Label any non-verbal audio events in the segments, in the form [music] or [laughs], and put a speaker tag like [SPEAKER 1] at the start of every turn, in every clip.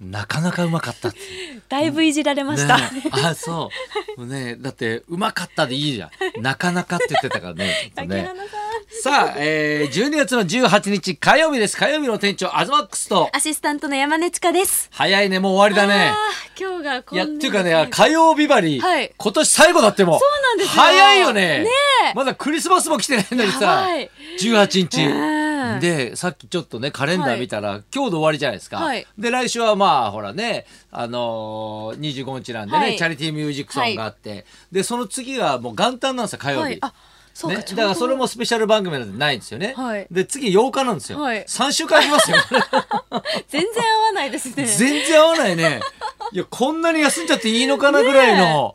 [SPEAKER 1] なかなかうまかったっつって
[SPEAKER 2] だいぶいじられました、
[SPEAKER 1] ねえあそうもうねだってうまかったでいいじゃんなかなかって言ってたからねちょっと
[SPEAKER 2] [laughs] 竹
[SPEAKER 1] ね
[SPEAKER 2] 花さん
[SPEAKER 1] さあ、えー、12月の18日火曜日です火曜日の店長アズマックスと
[SPEAKER 2] アシスタントの山根千佳です
[SPEAKER 1] 早いねもう終わりだね
[SPEAKER 2] あー今日がこ
[SPEAKER 1] い
[SPEAKER 2] んな
[SPEAKER 1] やっ
[SPEAKER 2] に
[SPEAKER 1] ていうかね火曜日バリ、
[SPEAKER 2] はい
[SPEAKER 1] 今年最後だってもう
[SPEAKER 2] そうなんですよ
[SPEAKER 1] 早いよね
[SPEAKER 2] ねえ
[SPEAKER 1] まだクリスマスも来てないのにさ
[SPEAKER 2] やばい
[SPEAKER 1] 18日、
[SPEAKER 2] うん
[SPEAKER 1] でさっきちょっとねカレンダー見たら、今日で終わりじゃないですか、
[SPEAKER 2] はい
[SPEAKER 1] で来週はまあほらねあのー、25日なんでね、
[SPEAKER 2] はい
[SPEAKER 1] チャリティーミュージックソンがあって、でその次がもう元旦なんですよ火曜日、
[SPEAKER 2] はいあそうか、
[SPEAKER 1] ね、
[SPEAKER 2] ちょうど
[SPEAKER 1] だからそれもスペシャル番組なんてないんですよね、
[SPEAKER 2] はい
[SPEAKER 1] で次8日なんですよ、
[SPEAKER 2] はい
[SPEAKER 1] 3週間ありますよ
[SPEAKER 2] 全然合わないですね
[SPEAKER 1] 全然合わない
[SPEAKER 2] [laughs]
[SPEAKER 1] ねいやこんなに休んじゃっていいのかなぐらいの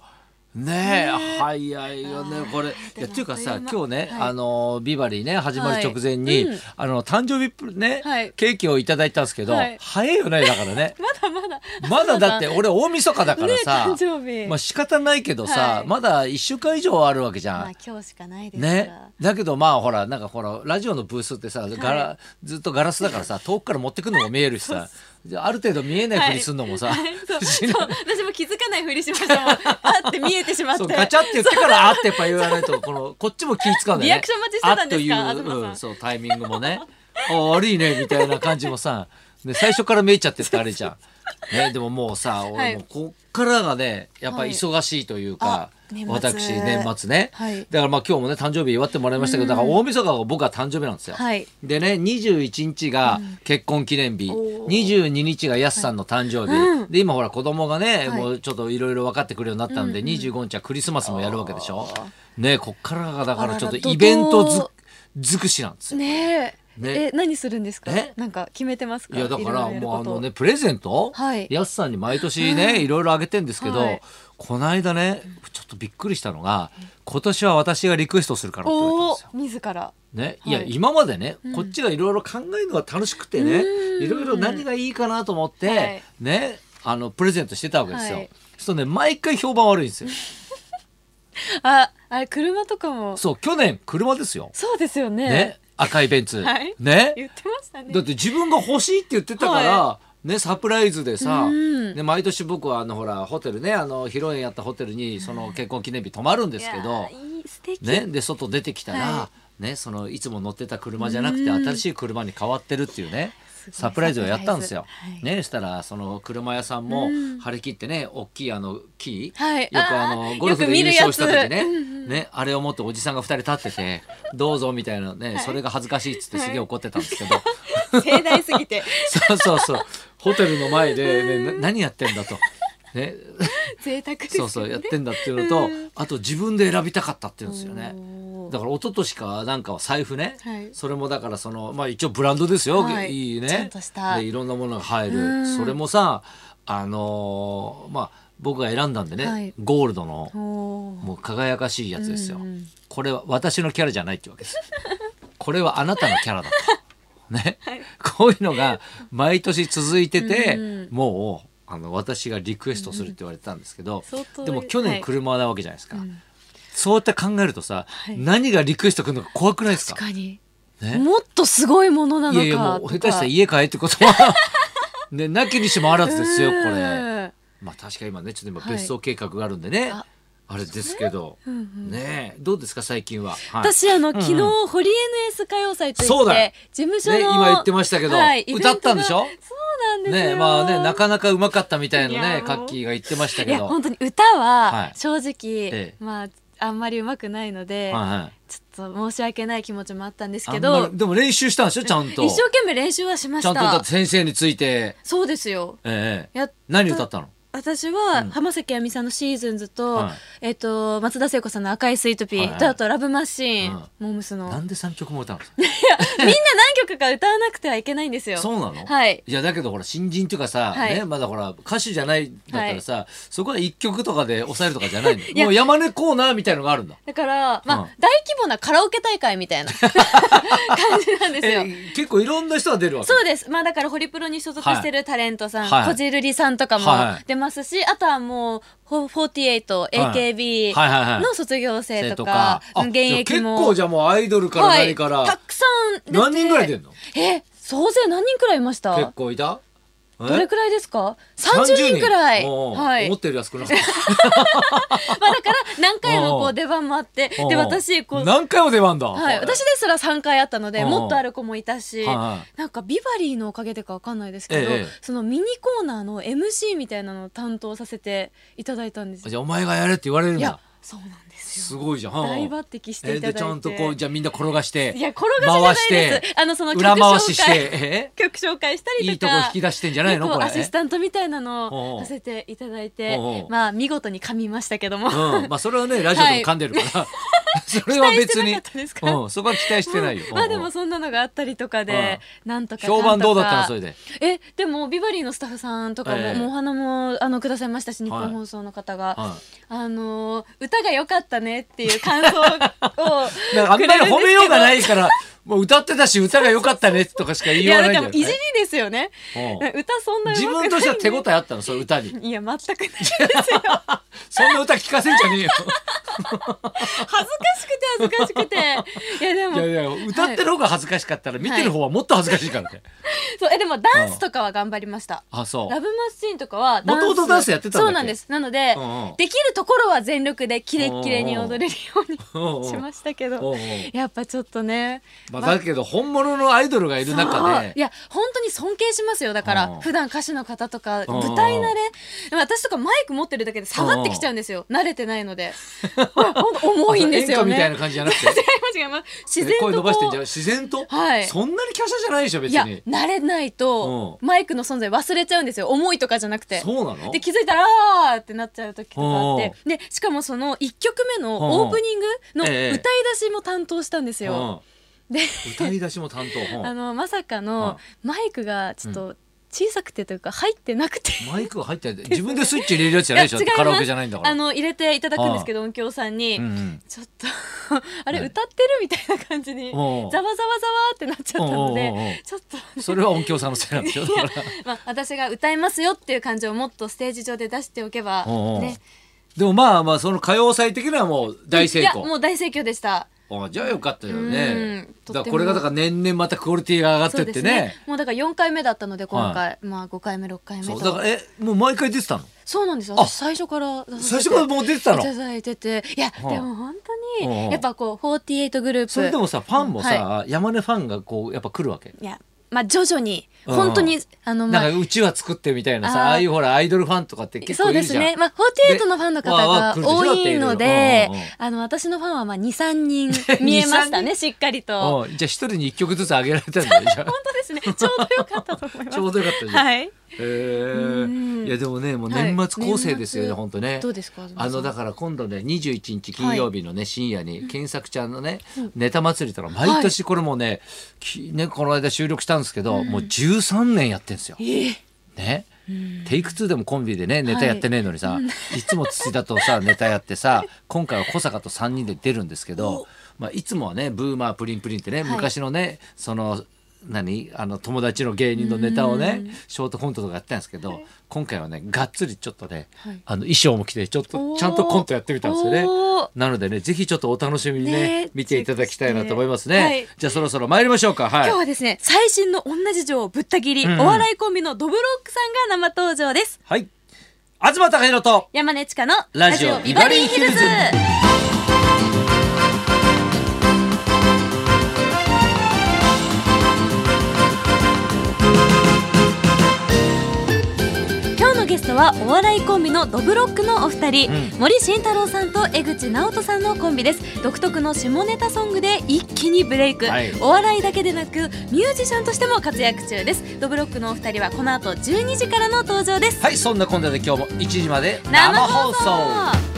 [SPEAKER 1] ねえ
[SPEAKER 2] ねえ
[SPEAKER 1] 早いよねこれいやっていうか
[SPEAKER 2] あ
[SPEAKER 1] さ
[SPEAKER 2] っとい
[SPEAKER 1] 今
[SPEAKER 2] う間
[SPEAKER 1] 日ね、
[SPEAKER 2] はい
[SPEAKER 1] あのビバリーね始まる直前に、
[SPEAKER 2] はいうん
[SPEAKER 1] あの誕生日プね、
[SPEAKER 2] はい
[SPEAKER 1] ケーキをいただいたんですけど、
[SPEAKER 2] はい
[SPEAKER 1] 早いよねだからね
[SPEAKER 2] [laughs] まだまだ
[SPEAKER 1] まだだって俺大晦日だからさ、
[SPEAKER 2] ねえ誕生日
[SPEAKER 1] まあ仕方ないけどさ、
[SPEAKER 2] はい
[SPEAKER 1] まだ1週間以上あるわけじゃん
[SPEAKER 2] まあ、今日しかないですから、
[SPEAKER 1] ね、
[SPEAKER 2] [laughs]
[SPEAKER 1] だけどまあほらなんかほらラジオのブースってさ、ガラずっとガラスだからさ遠くから持ってくるのも見えるしさである程度見えないふりするのもさ、
[SPEAKER 2] はいそう
[SPEAKER 1] [laughs] し
[SPEAKER 2] そう
[SPEAKER 1] な
[SPEAKER 2] 私も気づかないふりしましたもんあって見えてしまって
[SPEAKER 1] そうガチャって言ってからあってやっぱ言わないとこのこっちも気使うんだよね
[SPEAKER 2] リアクション待ちしてたんです
[SPEAKER 1] あ
[SPEAKER 2] か
[SPEAKER 1] という、
[SPEAKER 2] 東さん
[SPEAKER 1] うん、そうタイミングもねあ悪いねみたいな感じもさ、ね、最初から見えちゃってってあれじゃん、ね、でももうさ
[SPEAKER 2] は
[SPEAKER 1] 俺
[SPEAKER 2] い
[SPEAKER 1] もうこっからがねやっぱ忙しいというか、
[SPEAKER 2] あ年末
[SPEAKER 1] 私年末ね、
[SPEAKER 2] はい
[SPEAKER 1] だからまあ今日もね誕生日祝ってもらいましたけど、だから大晦日が僕は誕生日なんですよ、
[SPEAKER 2] はい
[SPEAKER 1] でね21日が結婚記念日、
[SPEAKER 2] おー
[SPEAKER 1] 22日がやすさんの誕生日、
[SPEAKER 2] う
[SPEAKER 1] で今ほら子供がね、
[SPEAKER 2] はい
[SPEAKER 1] もうちょっといろいろ分かってくるようになったんで、25日はクリスマスもやるわけでしょねこっからがだからちょっとイベント
[SPEAKER 2] あ
[SPEAKER 1] ず
[SPEAKER 2] らら
[SPEAKER 1] 尽くしなんですよ。
[SPEAKER 2] ねえ
[SPEAKER 1] ね
[SPEAKER 2] え何するんですか
[SPEAKER 1] え
[SPEAKER 2] なんか決めてますか
[SPEAKER 1] いやだから
[SPEAKER 2] ろろやるこ
[SPEAKER 1] もうあ
[SPEAKER 2] と
[SPEAKER 1] のねプレゼント、
[SPEAKER 2] はい
[SPEAKER 1] やすさんに毎年ねいろいろあげてんですけど、
[SPEAKER 2] はい
[SPEAKER 1] この間ねちょっとびっくりしたのが今年は私がリクエストするからって言われたん
[SPEAKER 2] お
[SPEAKER 1] で
[SPEAKER 2] お
[SPEAKER 1] すよ。
[SPEAKER 2] 自ら
[SPEAKER 1] ね、
[SPEAKER 2] はいい
[SPEAKER 1] や今までね、こっちがいろいろ考えるのが楽しくてね
[SPEAKER 2] うん
[SPEAKER 1] いろいろ何がいいかなと思って、
[SPEAKER 2] はい
[SPEAKER 1] ねあのプレゼントしてたわけですよ。
[SPEAKER 2] はい
[SPEAKER 1] そうね毎回評判悪いんですよ。
[SPEAKER 2] ああれ車とかも
[SPEAKER 1] そう去年車ですよ。
[SPEAKER 2] そうですよね
[SPEAKER 1] ね赤いベンツ。
[SPEAKER 2] [laughs] はい
[SPEAKER 1] ね
[SPEAKER 2] 言ってましたね
[SPEAKER 1] だって自分が欲しいって言ってたから、ね、サプライズでさ、
[SPEAKER 2] うん
[SPEAKER 1] ね、毎年僕はあのほらホテルねあの披露宴やったホテルにその結婚記念日泊まるんですけど。
[SPEAKER 2] いやいい素敵
[SPEAKER 1] ね、で外出てきたら、
[SPEAKER 2] は
[SPEAKER 1] ね、そのいつも乗ってた車じゃなくて新しい車に変わってるっていうね
[SPEAKER 2] すごい
[SPEAKER 1] サプライズをやったんですよ
[SPEAKER 2] サプライ。ズは
[SPEAKER 1] ね、したらその車屋さんも
[SPEAKER 2] うん
[SPEAKER 1] 張り切ってね大きいあのキー、
[SPEAKER 2] はい
[SPEAKER 1] よくあ
[SPEAKER 2] あ
[SPEAKER 1] の
[SPEAKER 2] ー
[SPEAKER 1] ゴルフ
[SPEAKER 2] よく
[SPEAKER 1] で
[SPEAKER 2] 見
[SPEAKER 1] 優
[SPEAKER 2] る
[SPEAKER 1] 勝した時
[SPEAKER 2] や
[SPEAKER 1] ね
[SPEAKER 2] つう
[SPEAKER 1] ねあれを持っておじさんが2人立ってて「どうぞ」みたいな、ねそれが恥ずかしいっつってすげえ怒ってたんですけど、 [laughs]
[SPEAKER 2] 盛大すぎて
[SPEAKER 1] そうそうそうホテルの前で、ね、な何やってんだと。ね、
[SPEAKER 2] 贅沢です
[SPEAKER 1] そ
[SPEAKER 2] よ
[SPEAKER 1] う
[SPEAKER 2] ね
[SPEAKER 1] そうやってんだっていうのとあと自分で選びたかったっていうんですよね。
[SPEAKER 2] おー
[SPEAKER 1] だから一昨年かなんかは財布ね、
[SPEAKER 2] はい
[SPEAKER 1] それもだからそのまあ一応ブランドですよ、、
[SPEAKER 2] はいい
[SPEAKER 1] いね
[SPEAKER 2] ちゃんとした
[SPEAKER 1] でいろんなものが入
[SPEAKER 2] う
[SPEAKER 1] る
[SPEAKER 2] ん
[SPEAKER 1] それもさあのーまあ僕が選んだんでね、
[SPEAKER 2] はい
[SPEAKER 1] ゴールドの
[SPEAKER 2] おー
[SPEAKER 1] もう輝かしいやつですよ、
[SPEAKER 2] うんうん
[SPEAKER 1] これは私のキャラじゃないってわけですこれはあなたのキャラだ
[SPEAKER 2] [laughs]
[SPEAKER 1] とね、 [laughs] こういうのが毎年続いてて、
[SPEAKER 2] うんうん
[SPEAKER 1] もうあの私がリクエストするって言われてたんですけど、
[SPEAKER 2] 相当
[SPEAKER 1] でも去
[SPEAKER 2] は
[SPEAKER 1] 年
[SPEAKER 2] い
[SPEAKER 1] 車なわけじゃないですか、
[SPEAKER 2] うん
[SPEAKER 1] そうやって考えるとさ、
[SPEAKER 2] はい
[SPEAKER 1] 何がリクエストくるのか怖くないですか
[SPEAKER 2] 確かに
[SPEAKER 1] ね
[SPEAKER 2] もっとすごいものなの
[SPEAKER 1] い
[SPEAKER 2] か
[SPEAKER 1] やいやも
[SPEAKER 2] と
[SPEAKER 1] う
[SPEAKER 2] か
[SPEAKER 1] 下手したら家帰ってことは
[SPEAKER 2] [laughs]
[SPEAKER 1] ねなきにしもあらずですよこれ。
[SPEAKER 2] うん
[SPEAKER 1] まあ確かに今ねちょっと今
[SPEAKER 2] はい
[SPEAKER 1] 別荘計画があるんでね、
[SPEAKER 2] あ
[SPEAKER 1] あれですけど、
[SPEAKER 2] うんうん
[SPEAKER 1] ねえどうですか最近は。はい
[SPEAKER 2] 私あの、
[SPEAKER 1] ん
[SPEAKER 2] 昨日ホリエ NS 歌謡祭といって
[SPEAKER 1] そうだ
[SPEAKER 2] 事務所の、
[SPEAKER 1] ね、今言ってましたけど、
[SPEAKER 2] はいイベン
[SPEAKER 1] 歌
[SPEAKER 2] トが
[SPEAKER 1] ったんでしょ
[SPEAKER 2] そうなんですよ
[SPEAKER 1] ねまあねなかなかうまかったみたい
[SPEAKER 2] い
[SPEAKER 1] な
[SPEAKER 2] や
[SPEAKER 1] ね
[SPEAKER 2] もう
[SPEAKER 1] カッキーが言ってました
[SPEAKER 2] い
[SPEAKER 1] け
[SPEAKER 2] や
[SPEAKER 1] ど
[SPEAKER 2] 本当に歌
[SPEAKER 1] はい
[SPEAKER 2] は正直、
[SPEAKER 1] ええ
[SPEAKER 2] まああんまり上手くないので、
[SPEAKER 1] はいはい
[SPEAKER 2] ちょっと申し訳ない気持ちもあったんですけ
[SPEAKER 1] あんま
[SPEAKER 2] ど
[SPEAKER 1] りでも練習したんでしょちゃんと
[SPEAKER 2] 一生懸命練習はしま
[SPEAKER 1] ちゃ
[SPEAKER 2] し
[SPEAKER 1] んとだったて先生について、
[SPEAKER 2] そうですよ
[SPEAKER 1] ええ、
[SPEAKER 2] やっ
[SPEAKER 1] 何歌ったの
[SPEAKER 2] 私
[SPEAKER 1] うん
[SPEAKER 2] は浜崎あゆみさんの「シーズンズと」
[SPEAKER 1] はい
[SPEAKER 2] えっと松田聖子さんの「赤いスイートピー」
[SPEAKER 1] はいはい
[SPEAKER 2] とあと「ラブマシーン」
[SPEAKER 1] うん
[SPEAKER 2] モームスの
[SPEAKER 1] なんで三曲も歌うんですか
[SPEAKER 2] みんな何曲か歌わなくてはいけないんですよ
[SPEAKER 1] そうなの、
[SPEAKER 2] はい
[SPEAKER 1] やだけどほら新人とかさ、
[SPEAKER 2] はい
[SPEAKER 1] ね、まだほら歌手じゃないだったらさ、そこは一曲とかで抑えるとかじゃないの
[SPEAKER 2] や
[SPEAKER 1] もう山根コーナーみたいのがあるんだ
[SPEAKER 2] だから、まあ、
[SPEAKER 1] うん
[SPEAKER 2] 大規模なカラオケ大会みたいな [laughs] 感じなんですよ。
[SPEAKER 1] え結構いろんな人が出るわけ
[SPEAKER 2] そうです。まあだからホリプロに所属してるタレントさん、
[SPEAKER 1] はい
[SPEAKER 2] こじるりさんとかも
[SPEAKER 1] はい
[SPEAKER 2] 出ますし、あとはもう、ほ48、AKB
[SPEAKER 1] はいはいはい
[SPEAKER 2] の卒業生とか、
[SPEAKER 1] あ
[SPEAKER 2] うん現
[SPEAKER 1] じゃ
[SPEAKER 2] 役
[SPEAKER 1] あ結
[SPEAKER 2] も。
[SPEAKER 1] 構じゃあもうアイドルから何から、
[SPEAKER 2] はい、たくさん出て
[SPEAKER 1] 何人ぐらい出るの
[SPEAKER 2] え、総勢何人くらいいました
[SPEAKER 1] 結構いたえ
[SPEAKER 2] どれくらいですか30人くらい
[SPEAKER 1] おー
[SPEAKER 2] はい
[SPEAKER 1] 思ったよりは少なかっ
[SPEAKER 2] まあだから何回もこ
[SPEAKER 1] おう
[SPEAKER 2] う出番もあって
[SPEAKER 1] た
[SPEAKER 2] [laughs] で私こう
[SPEAKER 1] おー何回も出番だ
[SPEAKER 2] はい、私ですら3回あったので
[SPEAKER 1] うん
[SPEAKER 2] もっとある子もいたし、
[SPEAKER 1] はいはい
[SPEAKER 2] なんかビバリーのおかげでかわかんないですけど、
[SPEAKER 1] ええ
[SPEAKER 2] そのミニコーナーの MC みたいなのを担当させていただいたんですよ。
[SPEAKER 1] じゃあお前がやれって言われるん
[SPEAKER 2] いや
[SPEAKER 1] だ
[SPEAKER 2] そうなんです
[SPEAKER 1] す
[SPEAKER 2] よ。
[SPEAKER 1] ごいじゃんうん
[SPEAKER 2] 大抜擢して
[SPEAKER 1] え
[SPEAKER 2] いただ
[SPEAKER 1] で
[SPEAKER 2] いて、
[SPEAKER 1] ちゃんとこうじゃあみんな転がして
[SPEAKER 2] いや転がしじゃないで
[SPEAKER 1] 回し
[SPEAKER 2] す。あのその曲
[SPEAKER 1] 裏回し
[SPEAKER 2] 紹
[SPEAKER 1] し
[SPEAKER 2] 介
[SPEAKER 1] て
[SPEAKER 2] [laughs] 曲紹介した
[SPEAKER 1] え
[SPEAKER 2] りとか。
[SPEAKER 1] いいとこ引き出してんじゃないの
[SPEAKER 2] 結
[SPEAKER 1] こ
[SPEAKER 2] 構
[SPEAKER 1] れ
[SPEAKER 2] アシスタントみたいなの
[SPEAKER 1] おう
[SPEAKER 2] をさせていただいて
[SPEAKER 1] おうおう
[SPEAKER 2] まあ見事に噛みましたけども、
[SPEAKER 1] うん、まあそれはねラジオでも噛んでるから、
[SPEAKER 2] [laughs]
[SPEAKER 1] それは別に
[SPEAKER 2] 期待してなかったですか
[SPEAKER 1] うん、そこは期待してないよ、
[SPEAKER 2] [laughs] まあで
[SPEAKER 1] う
[SPEAKER 2] も
[SPEAKER 1] ん
[SPEAKER 2] そんなのがあったりとかで、なんとか
[SPEAKER 1] 評判どうだった
[SPEAKER 2] な
[SPEAKER 1] の
[SPEAKER 2] んと
[SPEAKER 1] そ
[SPEAKER 2] か
[SPEAKER 1] れで
[SPEAKER 2] えでもビバリーのスタッフさんとかも,、
[SPEAKER 1] ええ
[SPEAKER 2] もうお花もあのくださいましたし日
[SPEAKER 1] はい
[SPEAKER 2] 本放送の方が、
[SPEAKER 1] は
[SPEAKER 2] あのー歌が良かったねっていう感
[SPEAKER 1] [laughs]
[SPEAKER 2] 想を
[SPEAKER 1] なんかあんまり褒めようがないいからもう歌ってたし歌が良かったねとかしか言いよう
[SPEAKER 2] や
[SPEAKER 1] が
[SPEAKER 2] だ
[SPEAKER 1] ない
[SPEAKER 2] か
[SPEAKER 1] ん
[SPEAKER 2] ら
[SPEAKER 1] だ
[SPEAKER 2] い
[SPEAKER 1] よ
[SPEAKER 2] じり
[SPEAKER 1] ね
[SPEAKER 2] ですよね
[SPEAKER 1] うん
[SPEAKER 2] 歌そんな上手
[SPEAKER 1] 自
[SPEAKER 2] くな
[SPEAKER 1] 分
[SPEAKER 2] い
[SPEAKER 1] としては手応えあったのその歌に
[SPEAKER 2] いや全くない恥ずかしくて
[SPEAKER 1] そんな歌聞かせんじゃねえよ
[SPEAKER 2] 恥ずかしくていやで
[SPEAKER 1] [laughs]
[SPEAKER 2] も
[SPEAKER 1] いやいや歌ってる方が恥ずかしかったら見てる方はもっと恥ずかしいからね、
[SPEAKER 2] そうえでもダンスとかは頑張りました、
[SPEAKER 1] あそう
[SPEAKER 2] ラブマシーンとかは
[SPEAKER 1] 元々ダンスやってたんだっけ
[SPEAKER 2] そうなんですなので、
[SPEAKER 1] うんうん
[SPEAKER 2] できるところは全力でキレッキレに踊れるように
[SPEAKER 1] うんうん
[SPEAKER 2] しましたけど、
[SPEAKER 1] うんうん
[SPEAKER 2] やっぱちょっとね、
[SPEAKER 1] まあ、だけど本物のアイドルがいる中
[SPEAKER 2] そう
[SPEAKER 1] で
[SPEAKER 2] いや本当に尊敬しますよだか
[SPEAKER 1] うん
[SPEAKER 2] ら普段歌手の方とか
[SPEAKER 1] うん
[SPEAKER 2] 舞台慣れでも私とかマイク持ってるだけで下がってきちゃうんですよ慣れてないのでほら本当重いんですよ
[SPEAKER 1] [laughs] 演歌み
[SPEAKER 2] ね
[SPEAKER 1] たいな感じじゃなくて
[SPEAKER 2] 違います違います自然
[SPEAKER 1] 声
[SPEAKER 2] と
[SPEAKER 1] 伸ばしてんじゃ
[SPEAKER 2] こ
[SPEAKER 1] ん
[SPEAKER 2] う
[SPEAKER 1] 自然と、
[SPEAKER 2] はい
[SPEAKER 1] そんなに華奢じゃないでしょ別
[SPEAKER 2] いや
[SPEAKER 1] に
[SPEAKER 2] 慣れないとマイクの存在忘れちゃうんですよ重いとかじゃなくて
[SPEAKER 1] そうなの
[SPEAKER 2] で気づいたら「あー」ってなっちゃう時とかあってでしかもその1曲目のオープニングの
[SPEAKER 1] うんうん
[SPEAKER 2] 歌
[SPEAKER 1] ええ
[SPEAKER 2] い出しも担当したんですよ。
[SPEAKER 1] うん
[SPEAKER 2] で
[SPEAKER 1] 歌い出しも担当、うん
[SPEAKER 2] あのまさかのマイクがちょっと小さくてというか入ってなくて。
[SPEAKER 1] マイクが入ってない自分でスイッチ入れるやつじゃないでしょ
[SPEAKER 2] いや違います
[SPEAKER 1] カラオケじゃないんだから
[SPEAKER 2] あの入れていただくんですけど音響さんに、
[SPEAKER 1] うんうん
[SPEAKER 2] ちょっと [laughs] あれ
[SPEAKER 1] うん
[SPEAKER 2] 歌ってるみたいな感じにざわ
[SPEAKER 1] おう
[SPEAKER 2] ざわざわってなっちゃったの
[SPEAKER 1] おうおうおう
[SPEAKER 2] でちょっとね、
[SPEAKER 1] それは音響さんのせいなん
[SPEAKER 2] [laughs]
[SPEAKER 1] ですよだから
[SPEAKER 2] まあ、私が歌いますよっていう感じをもっとステージ上で出しておけば
[SPEAKER 1] おうおう
[SPEAKER 2] ね
[SPEAKER 1] でもまあまあその歌謡祭的にはもう大成
[SPEAKER 2] いや
[SPEAKER 1] 功
[SPEAKER 2] もう大盛況でした
[SPEAKER 1] あじゃあよかったよ
[SPEAKER 2] うん
[SPEAKER 1] ね
[SPEAKER 2] とって
[SPEAKER 1] だ
[SPEAKER 2] も
[SPEAKER 1] からこれがだから年々またクオリティが上がって
[SPEAKER 2] そう
[SPEAKER 1] っ
[SPEAKER 2] で
[SPEAKER 1] て
[SPEAKER 2] す
[SPEAKER 1] ね
[SPEAKER 2] ねもうだから4回目だったので今回、まあ5回目6回目
[SPEAKER 1] そう
[SPEAKER 2] と
[SPEAKER 1] だからえもう毎回出てたの
[SPEAKER 2] そうなんですよ
[SPEAKER 1] あ
[SPEAKER 2] 私最初から出させて
[SPEAKER 1] 最初からもう出てたの
[SPEAKER 2] いただいてていやで
[SPEAKER 1] はい
[SPEAKER 2] も本当
[SPEAKER 1] うんうん
[SPEAKER 2] にやっぱこう48グループ
[SPEAKER 1] それでもさファンもさ、
[SPEAKER 2] は
[SPEAKER 1] 山根ファンがこうやっぱ来るわけ
[SPEAKER 2] いやまあ徐々に
[SPEAKER 1] うん
[SPEAKER 2] 本当にあのまあ
[SPEAKER 1] なんかうちは作ってみたいなさ
[SPEAKER 2] あー
[SPEAKER 1] ああいうほらアイドルファンとかって結
[SPEAKER 2] そ
[SPEAKER 1] 構
[SPEAKER 2] う
[SPEAKER 1] いる
[SPEAKER 2] で
[SPEAKER 1] じ
[SPEAKER 2] す
[SPEAKER 1] ゃん
[SPEAKER 2] ね。まあ、48のファンの方
[SPEAKER 1] でわあわあ
[SPEAKER 2] が
[SPEAKER 1] 来るでしょ
[SPEAKER 2] 多いので
[SPEAKER 1] っていううんうん、
[SPEAKER 2] あの、私のファンはまあ、2、3人
[SPEAKER 1] [laughs]
[SPEAKER 2] 見えましたね、しっかりと。
[SPEAKER 1] うんじゃあ一人に一曲ずつあげられたんだよじゃ
[SPEAKER 2] [laughs] 本当ですね。ちょうどよかったと思いま
[SPEAKER 1] あ
[SPEAKER 2] す。
[SPEAKER 1] [laughs] ちょうどよかったじゃん、、
[SPEAKER 2] はいい。
[SPEAKER 1] えー、いやでもねもう年末構成ですよね、
[SPEAKER 2] はい
[SPEAKER 1] 本当ね
[SPEAKER 2] どうですか
[SPEAKER 1] あのだ
[SPEAKER 2] か
[SPEAKER 1] から今度ね21日金曜日のね、深夜に検索ちゃんのね、ネタ祭りとか毎年これもね,、きねこの間収録したんですけど、もう13年やってんですよ。ね、テイク2でもコンビでねネタやってねえのにさ、い、つも土田と
[SPEAKER 2] [laughs]
[SPEAKER 1] さネタやってさ今回は小坂と3人で出るんですけど、まあ、いつもはねブーマープリンプリンってね
[SPEAKER 2] はい昔
[SPEAKER 1] 昔のね、その何あの友達の芸人のネタをねショートコントとかやってたんですけど、今回はねがっつりちょっとね、
[SPEAKER 2] はい
[SPEAKER 1] あの衣装も着てちょっ
[SPEAKER 2] お
[SPEAKER 1] と
[SPEAKER 2] ー
[SPEAKER 1] ちゃんとコントやってみたんですよね
[SPEAKER 2] おー。
[SPEAKER 1] なのでねぜひちょっとお楽しみにね
[SPEAKER 2] ね
[SPEAKER 1] 見ていただきたいなと思いますね。
[SPEAKER 2] チェックしてはい
[SPEAKER 1] じゃあそろそろ参りましょうか。はい
[SPEAKER 2] 今日はですね、最新の女事情をぶった切り、
[SPEAKER 1] うん
[SPEAKER 2] お笑いコンビのドブロックさんが生登場です。
[SPEAKER 1] はい、東貴博と
[SPEAKER 2] 山根千佳の
[SPEAKER 1] ラジオビバリーヒルズ
[SPEAKER 2] 今日のゲストはお笑いコンビのドブロックのお二人、
[SPEAKER 1] う
[SPEAKER 2] 森慎太郎さんと江口直人さんのコンビです独特の下ネタソングで一気にブレイク、
[SPEAKER 1] はい
[SPEAKER 2] お笑いだけでなくミュージシャンとしても活躍中ですドブロックのお二人はこの後12時からの登場です
[SPEAKER 1] はい、そんなこんなで今日も1時まで
[SPEAKER 2] 生放送